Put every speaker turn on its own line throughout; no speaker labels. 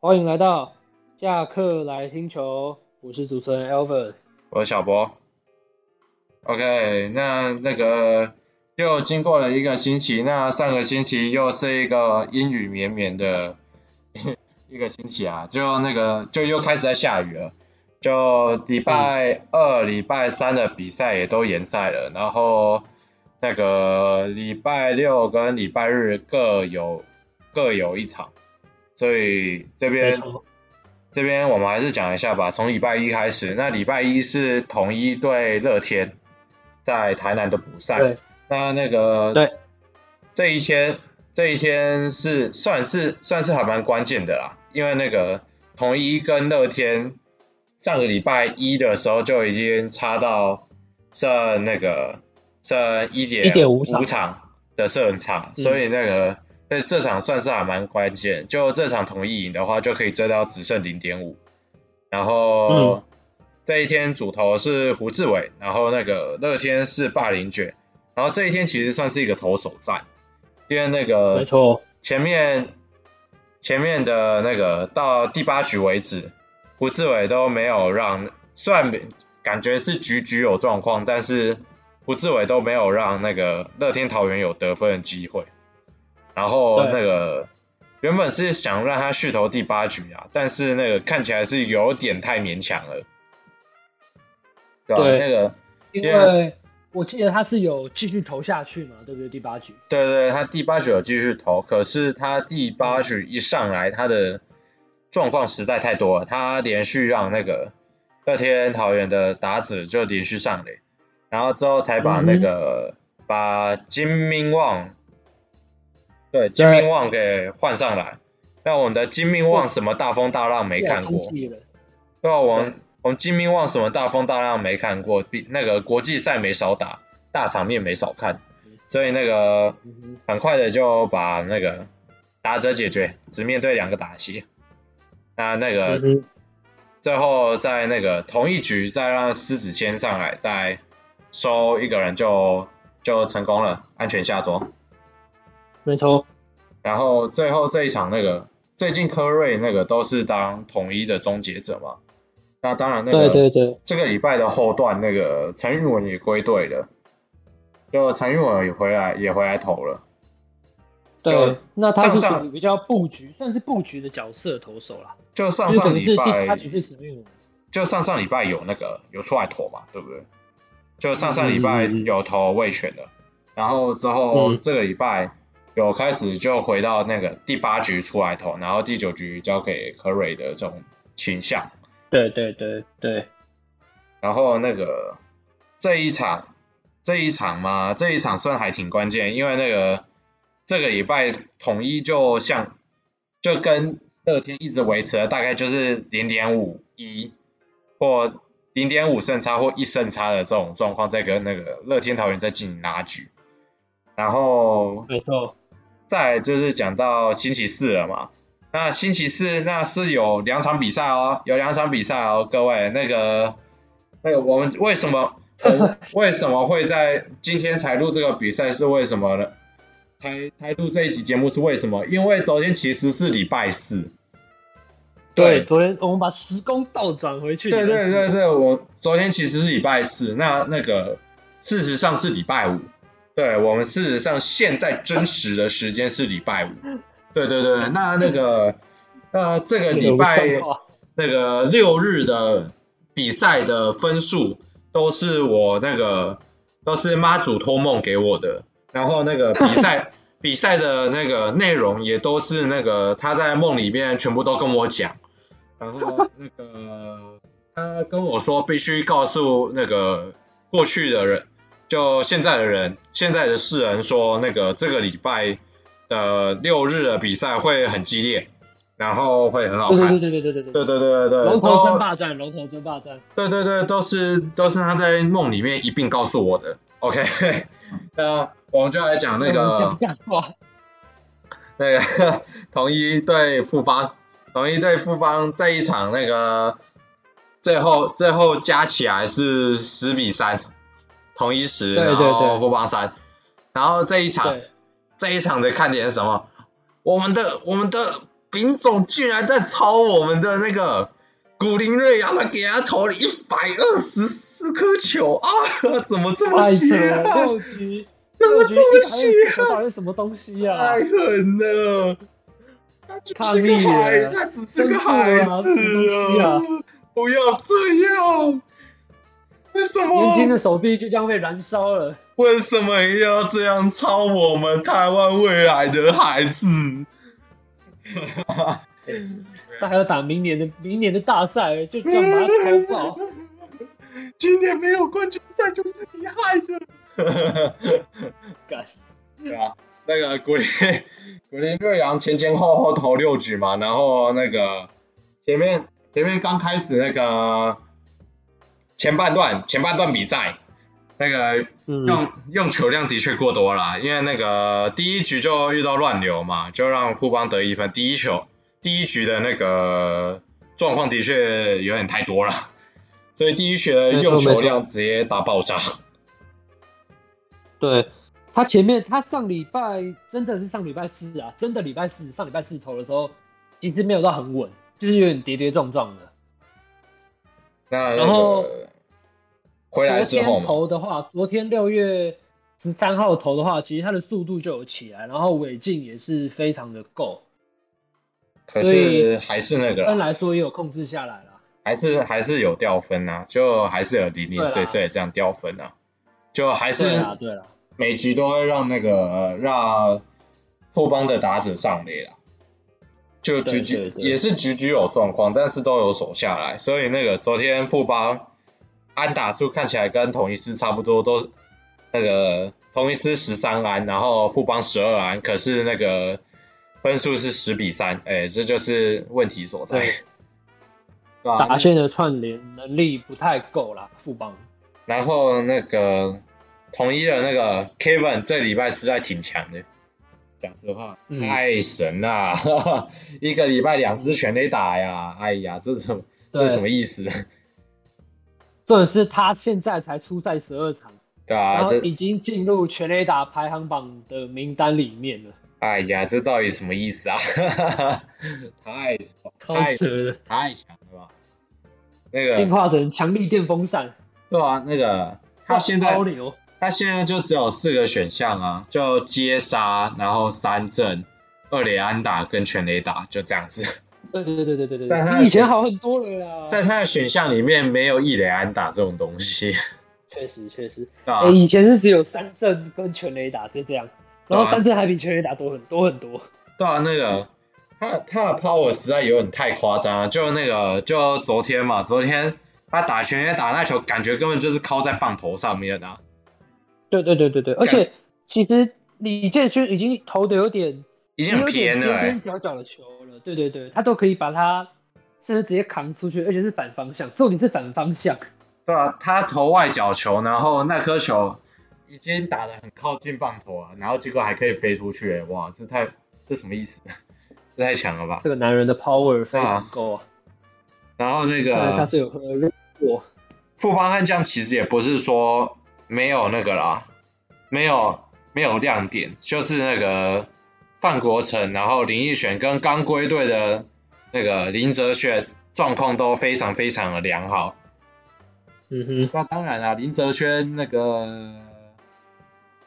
欢迎来到下课来听球，我是主持人 Alvin。
我是小博。OK，那那个又经过了一个星期，那上个星期又是一个阴雨绵绵的 一个星期啊，就那个就又开始在下雨了。就礼拜二、礼拜三的比赛也都延赛了，然后那个礼拜六跟礼拜日各有各有一场，所以这边这边我们还是讲一下吧，从礼拜一开始，那礼拜一是统一对乐天在台南的补赛
对，
那那个
对
这一天这一天是算是算是还蛮关键的啦，因为那个统一跟乐天上个礼拜一的时候就已经差到剩那个剩一点
1.5场
场的胜场，
嗯
所以那个所以这场算是还蛮关键。就这场统一赢的话，就可以追到只剩零点五。然后、
嗯
这一天主投是胡志伟，然后那个乐天是霸凌卷，然后这一天其实算是一个投手战，因为那个
没错，
前面前面的那个到第八局为止，胡志伟都没有让，虽然感觉是局局有状况，但是胡志伟都没有让那个乐天桃园有得分的机会。然后
对
那个原本是想让他续投第八局啊，但是那个看起来是有点太勉强了，对吧、
对
那个
因
因为
为我记得他是有继续投下去嘛，对不对？第八局，
对对，他第八局有继续投，可是他第八局一上来，他的状况实在太多了，他连续让那个乐天桃园的打子就连续上垒，然后之后才把那个、把金明旺，对金明旺给换上来。那我们的金明旺什么大风大浪没看过？
记了，
对啊，我们我们金明旺什么大风大浪没看过，比那个国际赛没少打，大场面没少看，所以那个
嗯哼
很快的就把那个打者解决，只面对两个打席。那那个
嗯哼，
最后在那个同一局再让狮子先上来，再收一个人就就成功了，安全下桌。
没错，
然后最后这一场那个最近科瑞那个都是当统一的终结者嘛，那当然那个
对对对，
这个礼拜的后段，那个陈玉文也归队了，就陈玉文也回来，也回来投了。
对
就，
那他是
上
属于比较布局，算是布局的角色投手啦，
就上
就是可
上
能是
礼
第八
拜，
局是陈运文，
就上上礼拜有那个有出来投嘛，对不对？就上上礼拜
嗯嗯嗯
有投卫权的，然后之后
嗯
这个礼拜有开始就回到那个第八局出来投，然后第九局交给科瑞的这种倾向。
对对对对，
然后那个这一场这一场嘛，这一场算还挺关键，因为那个这个礼拜统一就像就跟乐天一直维持了大概就是零点五一或零点五胜差或一胜差的这种状况，在跟那个乐天桃园在进行拉锯。然后
没错，
再来就是讲到星期四了嘛，那星期四那是有两场比赛哦，有两场比赛哦，各位那个那个我们为什么我为什么会在今天才录这个比赛是为什么呢？才才录这一集节目是为什么？因为昨天其实是礼拜四，
对，昨天我们把时空倒转回去，
对对对
对，
对，我昨天其实是礼拜四，那那个事实上是礼拜五。对我们事实上现在真实的时间是礼拜五。对对对，那那个那这个礼拜那个六日的比赛的分数都是我那个都是妈祖托梦给我的，然后那个比赛比赛的那个内容也都是那个他在梦里面全部都跟我讲，然后那个他跟我说必须告诉那个过去的人，就现在的人，现在的世人说那个这个礼拜的六日的比赛会很激烈，然后会很好看。
对对对对对对
对对对对对，
龙头争
都
霸战，龙头争霸战，
对对对，都是都是他在梦里面一并告诉我的。OK，那我们就来讲那
讲
个
讲话，
那个 统一对富邦，统一对富邦这一场那个最后最后加起来是十比三，统一十，
对对
然
对
后富邦三，然后这一场
对，
这一场的看点是什么？我们的我们的丙总居然在抄我们的那个古林瑞阳，他给他投了一百二十四颗球啊！怎么这么
太扯
邪
了，
啊？
六局，
怎么
六局
这么邪
一百二十到
啊？哎
底是什么东西呀、
太狠了！他就是个
抗议
孩，
了
他只是个孩
真是
子
啊
啊！不要这样！为什么？
年轻的手臂就这样被燃烧了。
为什么一定要这样抄我们台湾未来的孩子？
他还要打明年的明年的大赛了，就这样把它抄爆。
今年没有冠军赛就是你害的。
干
对啊，那个古林 古林瑞阳啊前前后后投六局嘛，然后那个前面前面刚开始那个前半段前半段比赛，那个
嗯，
用用球量的确过多了，因为那个第一局就遇到乱流嘛，就让富邦得一分。第一球第一局的那个状况的确有点太多了， 所以第一局的
没错
用
没
球
错
量直接大爆炸。
对他前面他上礼拜真的是上礼拜四啊，真的礼拜四上礼拜四投的时候，其实没有到很稳，就是有点跌跌撞撞的。
那那
然后
个回来
昨
之后
天
嘛，
投的话，昨天六月十三号投的话，其实他的速度就有起来，然后尾劲也是非常的够，
可
所以嗯
是还是那个
分
啦，
来说也有控制下来了。
还是还是有掉分啊，就还是有零零
对
碎
啦
碎这样掉分啊，就还是
对啊啦，对啦，
每局都会让那个呃让后邦的打者上垒了，就局
对
局
对
也是局局有状况，但是都有守下来，所以那个昨天富邦安打数看起来跟统一师差不多，都是那个统一师十三安，然后富邦十二安，可是那个分数是十比三，哎，这就是问题所在
对，
对啊吧、
打线的串联能力不太够啦，富邦。
然后那个统一的那个 Kevin 这礼拜实在挺强的，讲实话，
嗯
太神啦！ 哈哈，一个礼拜两支全垒打呀，哎呀，这什么这
对，
什么意思？
重点是他现在才出赛十二场，
对
然
啊，
后
这
已经进入全垒打排行榜的名单里面了，
哎呀，这到底什么意思啊？ 哈哈哈，太
超
太
扯的，
太强了吧？那
进
个
化成强力电风扇，
对啊，那个他现在
超牛，
他现在就只有四个选项啊，就接杀，然后三振、二垒安打跟全垒打，就这样子。
对对对对对对
但他
对，比以前好很多了啦，
在他的选项里面没有一垒安打这种东西，
确实确实，
对吧、
哎、以前是只有三振跟全垒打就这样，然后
对啊
三振还比全垒打多很多很多，
对啊，那个他他的 power 实在有点太夸张了，就那个就昨天嘛，昨天他打全垒打那球，感觉根本就是靠在棒头上面啊。
对对对对对，而且其实李建勋已经投的有点
已经很偏了、
有点
欸
边边，角角的球了。对对对，他都可以把它甚至直接扛出去，而且是反方向，重点是反方向。
对啊，他投外角球，然后那颗球已经打得很靠近棒头啊，然后结果还可以飞出去、欸，哇，这太这什么意思？ 这太强了吧？
这个男人的 power 非常够啊，
然后那
看来他
个
是有喝热过。
富邦悍将其实也不是说没有那个啦，没有没有亮点，就是那个范国成，然后林奕璇跟刚归队的那个林哲轩状况都非常非常的良好。
嗯哼，
那当然啦、林哲轩那个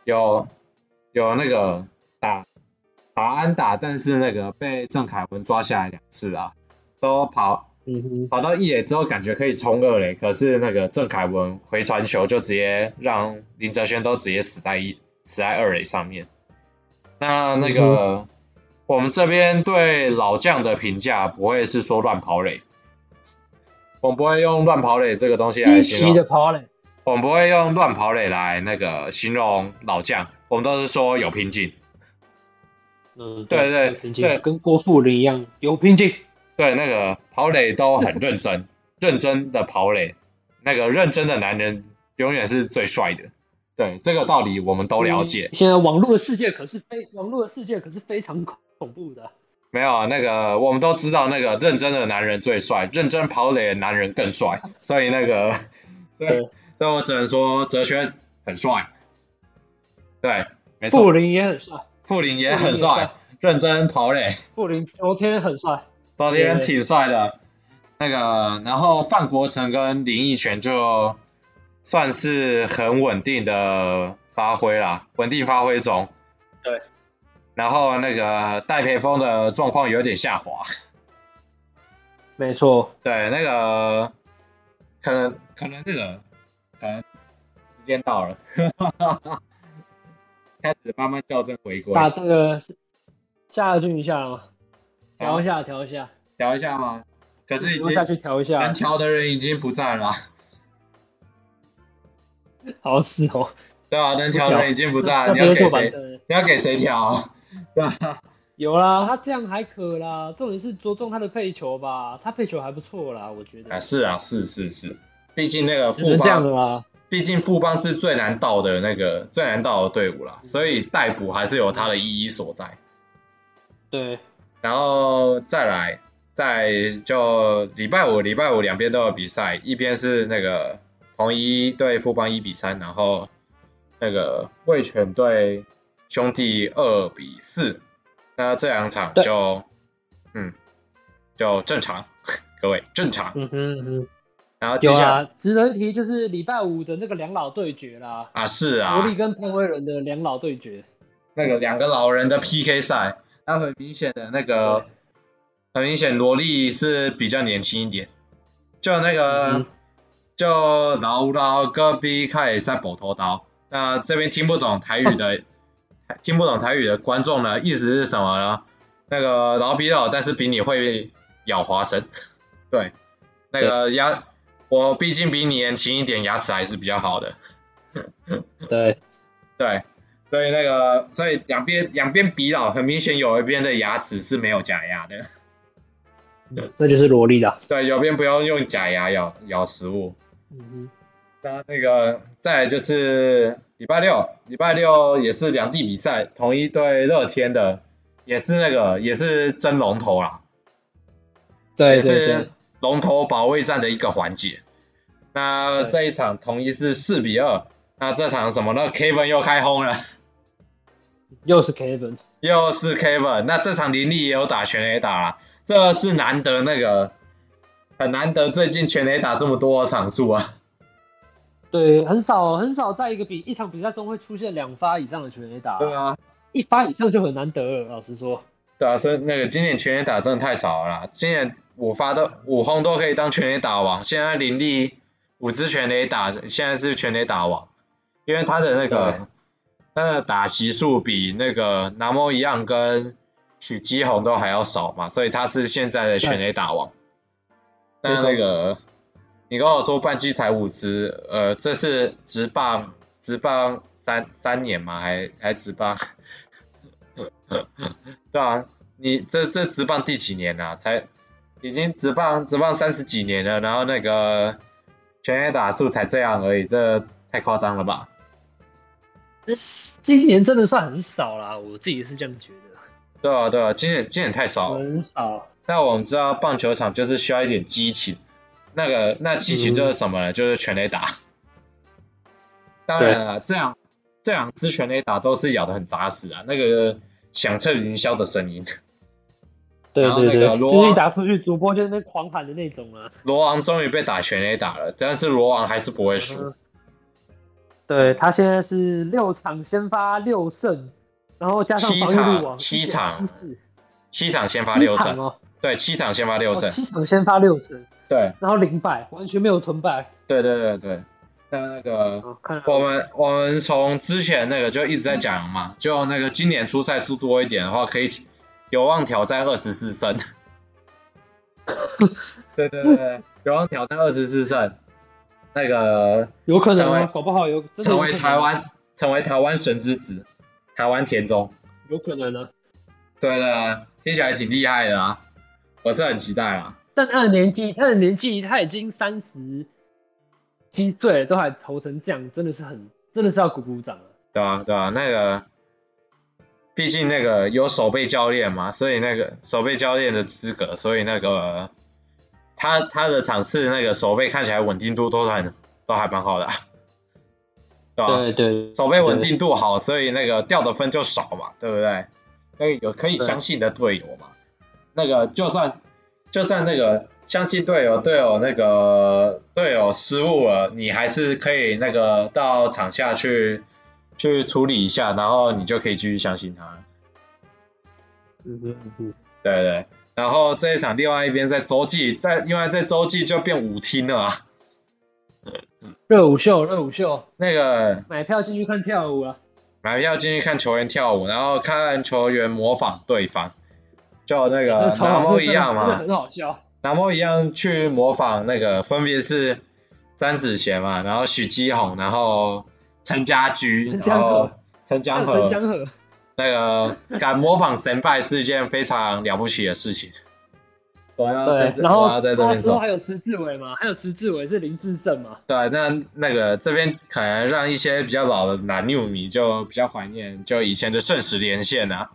有有那个打打安打，但是那个被郑凯文抓下来两次啊，都跑
嗯哼，
跑到一垒之后，感觉可以冲二垒，可是那个郑凯文回传球就直接让林哲轩都直接死在一死在二垒上面。那那个、我们这边对老将的评价不会是说乱跑垒，我们不会用乱跑垒这个东西来
低
形
级
容
的，power，
我们不会用乱跑垒来那个形容老将，我们都是说有拼劲。
嗯，
对对
神奇
对
跟郭富林一样有拼劲。
对，那个跑垒都很认真， 认真的跑垒，那个认真的男人永远是最帅的。对，这个道理我们都了解。
现在网络的世界可是非网络的世界可是非常恐怖的。
没有啊那个，我们都知道那个认真的男人最帅，认真跑垒的男人更 帅。所以那个，所以
对
所以我只能说哲轩很帅。对，没错，
富林也很帅，
傅林也很帅。认真投嘞，
布林昨天很帅，
昨天挺帅的。那个，然后范国成跟林奕泉就算是很稳定的发挥啦，稳定发挥中。
对。
然后那个戴培峰的状况有点下滑，
没错，
对，那个可能可能那个可能时间到了， 开始慢慢校正回归。
把这个下去一下嘛，调
好
一下，调一下，
调一下吗？可是已
我下
经
去调一
能
下，
调的人已经不在了啊，
好是 哦，
对啊，能调的人已经不在
那
了，你要
别
给
做板
谁？
凳了。
你要给谁调？对啊，
有啦，他这样还可啦，重点是着重他的配球吧，他配球还不错啦，我觉
啊
得。
是啊，是是是，毕竟那个
只
富
能这样
邦，
的啦，
毕竟富邦是最难到的那个最难到的队伍啦，所以逮捕还是有它的意义所在。
对，
然后再来，再就礼拜五，礼拜五两边都有比赛，一边是那个红一对富邦一比三，然后那个卫权对兄弟二比四。那这两场
对
就，嗯，就正常， 各位正常。
嗯哼嗯哼，
然后接
有
下
啊，值得提就是礼拜五的那个两老对决啦，
啊是
罗
啊，
力跟潘威伦的两老对决，
那个两个老人的 PK 赛，那很明显的那个
对，
很明显萝莉是比较年轻一点，就那个、
嗯
就老老隔壁开始在补头刀，那这边听不懂台语的， 听不懂台语的观众呢，意思是什么呢？那个老比老，但是比你会咬花生， 对，那个牙，我毕竟比你年轻一点，牙齿还是比较好的。嗯
对，
对，所以那个，所以两边两边比老，很明显有一边的牙齿是没有假牙的，
这就是罗力啦。
对，有边不要用假牙咬咬食物。
嗯哼，
那那个，再来就是礼拜六，礼拜六也是两地比赛，同一对乐天的，也是那个也是争龙头啦，
对
也
对对
是，龙头保卫战的一个环节。那
对
这一场统一是四比二，那这场什么呢？Kevin 又开轰了。
又是 Kevin，
又是 Kevin，那这场林立也有打全垒打啦，这是难得那个，很难得最近全垒打这么多的场数啊。
对，很少很少在一个比一场比赛中会出现两发以上的全垒打，
对啊，
一发以上就很难得了，老实说。
对啊，所以那个今年全垒打真的太少了啦，今年五发都五轰都可以当全垒打王，现在林立五支全垒打，现在是全垒打王，因为他的
对
那个他的打席数比那个南摩一样跟许基宏都还要少嘛，所以他是现在的全垒打王。
没
那
错
那个你跟我说半季才五支，呃，这是职棒职棒三三年吗？还还职棒？对啊，你这这职棒第几年啊？才已经职棒职棒三十几年了，然后那个全垒打数才这样而已，这太夸张了吧？
今年真的算很少啦，我自己是这样觉得，
对啊对啊，今年今年太少了。
很少。
那我们知道棒球场就是需要一点激情，那个那激情就是什么
嗯
呢？就是全垒打。当然了，这样这两支全垒打都是咬得很扎实啊，那个响彻云霄的声音。
对
然后
对
那个
对，
罗
就是一打出去，主播就在那边狂喊的那种啊。
罗王终于被打全垒打了，但是罗王还是不会
嗯
输。
对他现在是六场先发六胜，然后加上
七
防御
场
率王
七场
七
七场先发六
场
胜，
哦，
对，七场先发六
哦
胜，
七场先发六胜，
对，
然后零败，完全没有吞败。
对对对对。那那个
哦看来
我们我们从之前那个就一直在讲嘛，就那个今年出赛数多一点的话，可以有望挑战二十四胜。对对对对，有望挑战二十四胜，那个
有可能
成为
啊，搞不好有真的有
成
可
为
能
台湾成为台湾神之子，台湾田中。
有可能啊，
对的，听起来挺厉害的啊，我是很期待啊。
但他的年纪，他的年纪他已经三十七岁了，都还投成这样，真的是很真的是要鼓鼓掌了。
对啊，对啊，那个，毕竟那个有守备教练嘛，所以那个守备教练的资格，所以那个他他的场次那个守备看起来稳定度都很都还蛮好的啊、对吧、
对对，
守备稳定度好，所以那个掉的分就少嘛，对不对？可以有可以相信的队友嘛。那个就算就算那个相信队友，队友那个呃队友失误了，你还是可以那个到场下去去处理一下，然后你就可以继续相信他了。
嗯嗯嗯，
对对。然后这一场另外一边在洲际，在另外在洲际就变舞厅了啊。
热舞秀，热舞秀，
那个
买票进去看跳舞啊！
买票进去看球员跳舞，然后看球员模仿对方，就那
那
个
超
南
好笑，
摩一样
真的
嘛，
很好笑。
南摩一样去模仿那个，分别是詹子贤嘛，然后许基宏，然后陈家驹，
陈
然
江河
后陈江
看分
河，
江河，
那个敢模仿神拜是一件非常了不起的事 情。我要啊在
对，
这
然后
我要在这
那
边
时候
说，
还有迟志伟嘛，还有迟志伟是林志胜嘛，
对，啊那那个这边可能让一些比较老的男女迷就比较怀念，就以前的圣石连线啊，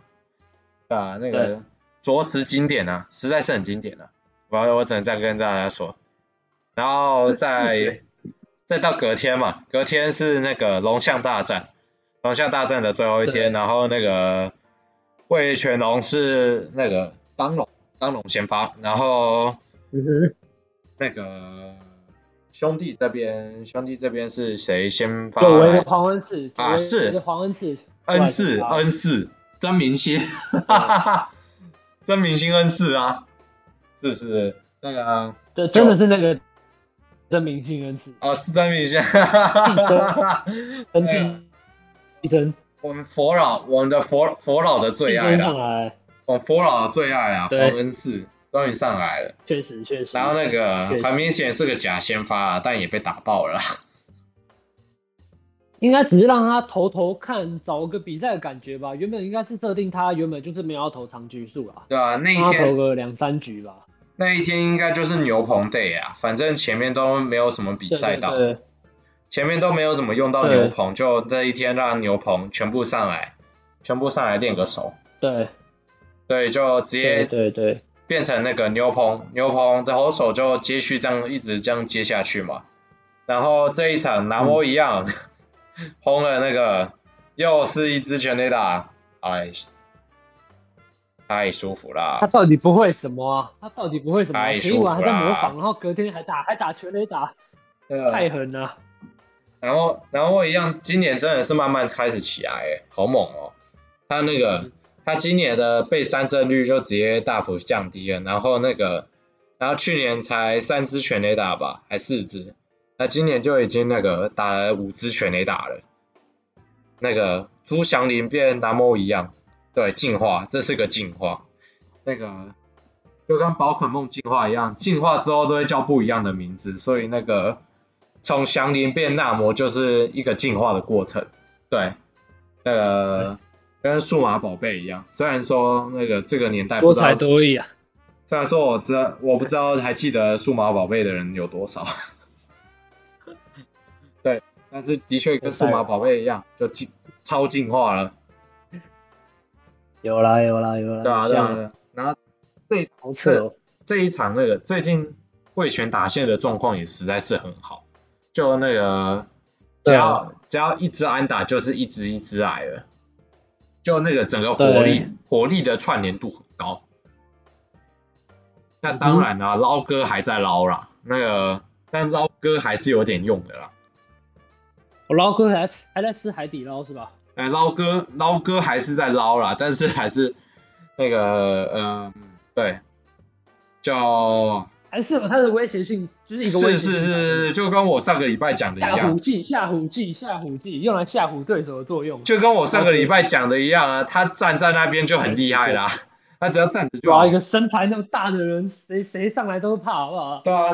啊，那
对
个着实经典啊，实在是很经典啊。我我只能这样跟大家说，然后再再到隔天嘛，隔天是那个龙象大战，龙象大战的最后一天，然后那个魏全龙是那个当龙当龙先发，然后
嗯哼，
那个兄弟这边，兄弟这边是谁先发
久违
来
的？黄恩赐
啊
久违
是
的黄恩赐，
恩四
哇
恩四，真明星，哈哈
哦
哈，真明星恩四啊，是不是？那个
这真的是那个真明星恩赐，
啊，是真明星，哈哈哈哈
真
那个
听一声
我们佛老，我们的佛佛老的最
一
爱
声
啦
上，来，
我们佛老的最爱啊，黄
对
恩四终于上来了。
确实确实。
然后那个
确实
很明显是个假先发啊，但也被打爆了啊。
应该只是让他投投看，找个比赛的感觉吧。原本应该是设定他原本就是没有要投长局数啦，
对啊，那一
让他
天
投个两三局吧。
那一天应该就是牛棚 day 啊，反正前面都没有什么比
对
赛
对
到，
对，
前面都没有怎么用到
对
牛棚，就那一天让牛棚全部上来，全部上来练个手，
对
对，就直
对
接
对对，
变成那个牛棚，牛棚的投手就接续这样一直这样接下去嘛。然后这一场
嗯
南摩一样、 轰了那个，又是一支全垒打，哎，太舒服啦
他。到底不会什么啊？他到底不会什么、啊？
太
前一晚还
舒服啦
在模仿，然后隔天还打还打全垒打，
啊呃
太狠了。
然后，然后我一样，今年真的是慢慢开始起来，哎，好猛哦！他那个，他今年的被三振率就直接大幅降低了，然后那个，然后去年才三支全垒打吧，还四支，那今年就已经那个打了五支全垒打了。那个朱祥林变南摩一样，对，进化，这是个进化。那个就跟宝可梦进化一样，进化之后都会叫不一样的名字，所以那个从祥林变纳摩就是一个进化的过程。对，那个跟数码宝贝一样，虽然说那个这个年代哎不
多
知道
才，多艺啊！
虽然说我知道我不知道还记得数码宝贝的人有多少，对，但是的确跟数码宝贝一样，就进超进化了。
有啦有啦有啦，
对啊，
这
对
样
啊。对啊然后
好扯哦。
这一场那个最近魏权打线的状况也实在是很好，就那个只
对啊
要、只要一支安打就是一支一支来了，就那个整个火力
对
火力的串联度很高。那当然
嗯
啦，捞哥还在捞啦，那个但捞哥还是有点用的啦。
我捞哥还还在吃海底捞是吧？
哎，捞哥，捞哥还是在捞啦，但是还是那个，嗯、对，叫
还是有它的威胁性，就是哦一个威胁
是是
性
是是，就跟我上个礼拜讲的一
下
样
唬，剂、下唬剂、下唬剂，用来下唬对手的作用。
就跟我上个礼
哦
拜讲的一样啊，他站在那边就很厉害啦， 他只要站着就好
啊抓一。个身材那么大的人，谁谁上来都怕，好不好？
对啊，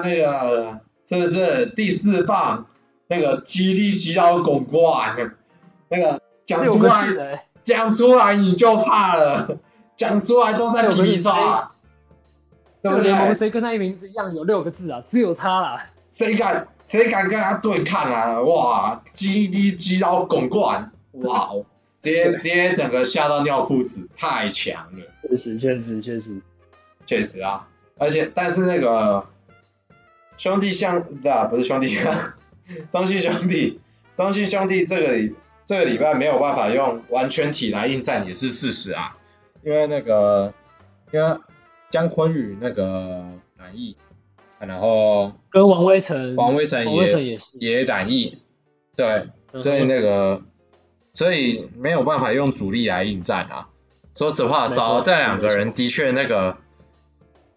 那个是不是第四棒那个吉利吉到拱冠，啊 那个讲
六
出
个
来
字哎，
讲出来你就怕了，讲出来都在皮抓，
这
对不
个联盟
对？
谁跟他名字一样有六个字啊？只有他啦。
谁敢谁敢跟他对抗啊？哇，鸡逼鸡到拱冠，哇哦，直接直接整个吓到尿裤子，太强了，
确实，确实，确实。
确实啊，而且但是那个兄弟相啊不是兄弟 相，中信兄弟，中信兄弟这个礼这个礼拜没有办法用完全体来应战也是事实啊，因为那个因为姜昆宇那个染疫，然后
跟王威成，
王威成
王威成
也
也是，
也染疫，对，
嗯
所以那个，所以没有办法用主力来应战啊。说实话，
没错
少了这两个人，的确那个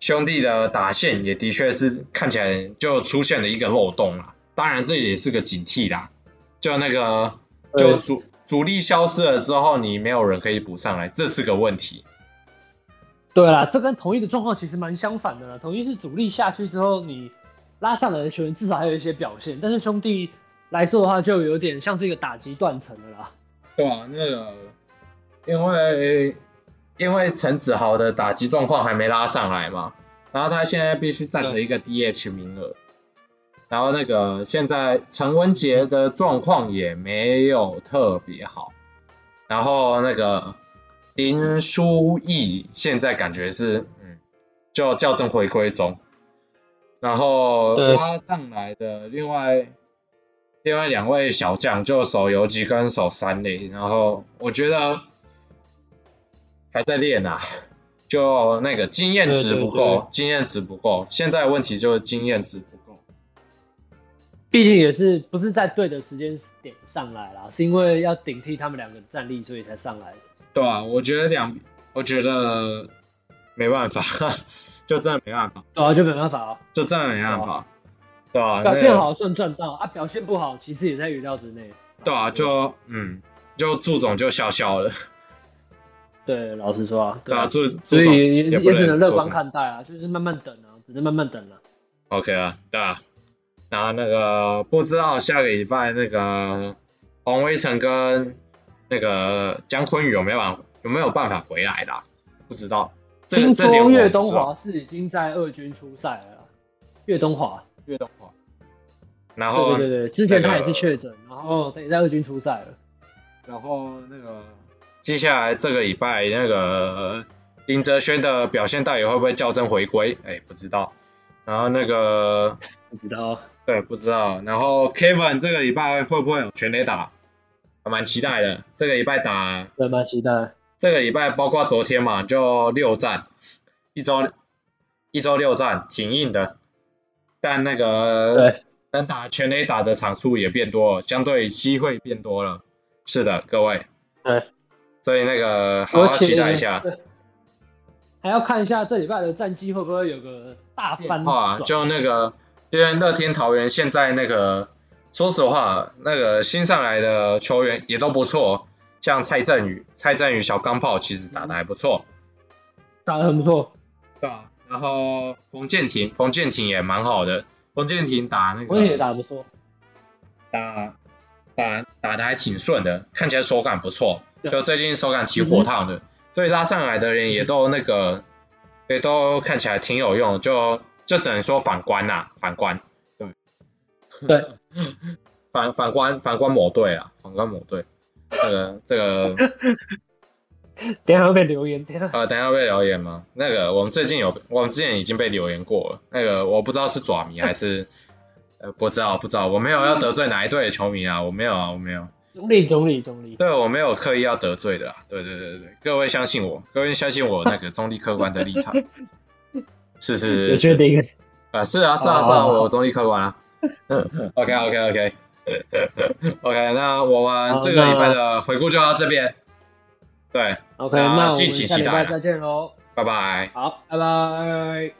兄弟的打线也的确是看起来就出现了一个漏洞啦。当然，这也是个警惕啦。就那个，
对
就主主力消失了之后，你没有人可以补上来，这是个问题。
对啦，这跟同一的状况其实蛮相反的啦。同一是主力下去之后，你拉上来的球员至少还有一些表现，但是兄弟来说的话，就有点像是一个打击断层的啦。
对啊，那个，因为因为陈子豪的打击状况还没拉上来嘛，然后他现在必须占着一个 DH 名额，然后那个现在陈文杰的状况也没有特别好，然后那个林书义现在感觉是嗯，就校正回归中，然后
对
拉上来的另外另外两位小将就守游击跟守三垒，然后我觉得还在练啊，就那个经验值不
对对对
够，经验值不够。现在问题就是经验值不够。
毕竟也是不是在对的时间点上来啦，是因为要顶替他们两个的战力，所以才上来的。
对啊，我觉得两，我觉得没办法， 就真的没办法，
对啊，就没办法哦、
就真的没办法。对啊，
表
那
现
个
好算赚到啊，表现不好其实也在预料之内。
对啊，就嗯，就祝总就笑笑了。
对，老实说啊，
对
对
啊，
啊，
祝
所
祝
以
总
也也
不
只能乐
说
观
什么。
看待啊，就是慢慢等啊，只是慢慢等了、
OK 啊，对啊。然后那个不知道下个礼拜那个黄威成跟那个姜昆宇有没有办法有没有办法回来啦？不知道。这个
听
这点我
说
不
岳
知
东
道
华是已经在二军出赛了啦，岳东华，
越动画。然后
对对对对，之前
那个
他也是确诊，然后他也在二军出赛了。
然后那个接下来这个礼拜那个林哲轩的表现到底会不会校正回归？哎，不知道。然后那个
不知道，
对，不知道。然后 Kevin 这个礼拜会不会有全垒打？还蛮期待的。这个礼拜打，
对，蛮期待。
这个礼拜包括昨天嘛，就六战，一周一周六战，挺硬的。但那个
对，
能打全垒打的场数也变多了，相对机会变多了。是的，各位。
对。
所以那个好好啊期待一下
而。且还要看一下这礼拜的战绩会不会有个大翻转。
哇，啊哦就那个，因为乐天桃园现在那个，说实话，那个新上来的球员也都不错，像蔡振宇、蔡振宇小钢炮其实打的还不错。
打得很不错。
对啊。然后冯建廷，冯建廷也蛮好的，冯建廷打那
我也
个
打得不错，
打打打的还挺顺的，看起来手感不错，
对
就最近手感挺火烫的，所以拉上来的人也都那个，也都看起来挺有用，就就只能说反观啦、反观，对，
对，
反反观反观某队啊，反观某队，这个这个
等一下会被留言，等一下
呃，等一下被留言吗？那个我们最近有，我们之前已经被留言过了。那个我不知道是爪迷还是，呃，不知道不知道，我没有要得罪哪一队的球迷啊，我没有啊，我没有。
中立中立中立。
对，我没有刻意要得罪的啦。对对对对对，各位相信我，各位相信我那个中立客观的立场。是
有
是
确
是
定？
啊，是啊是啊是啊，
好好好
我中立客观啊。嗯，OK OK OK OK，那我们这个礼拜的回顾就到这边。对，
OK，
那
那我
敬
们
请
下
期
礼
待
拜
啦
再见喽。
拜拜。
好，拜拜。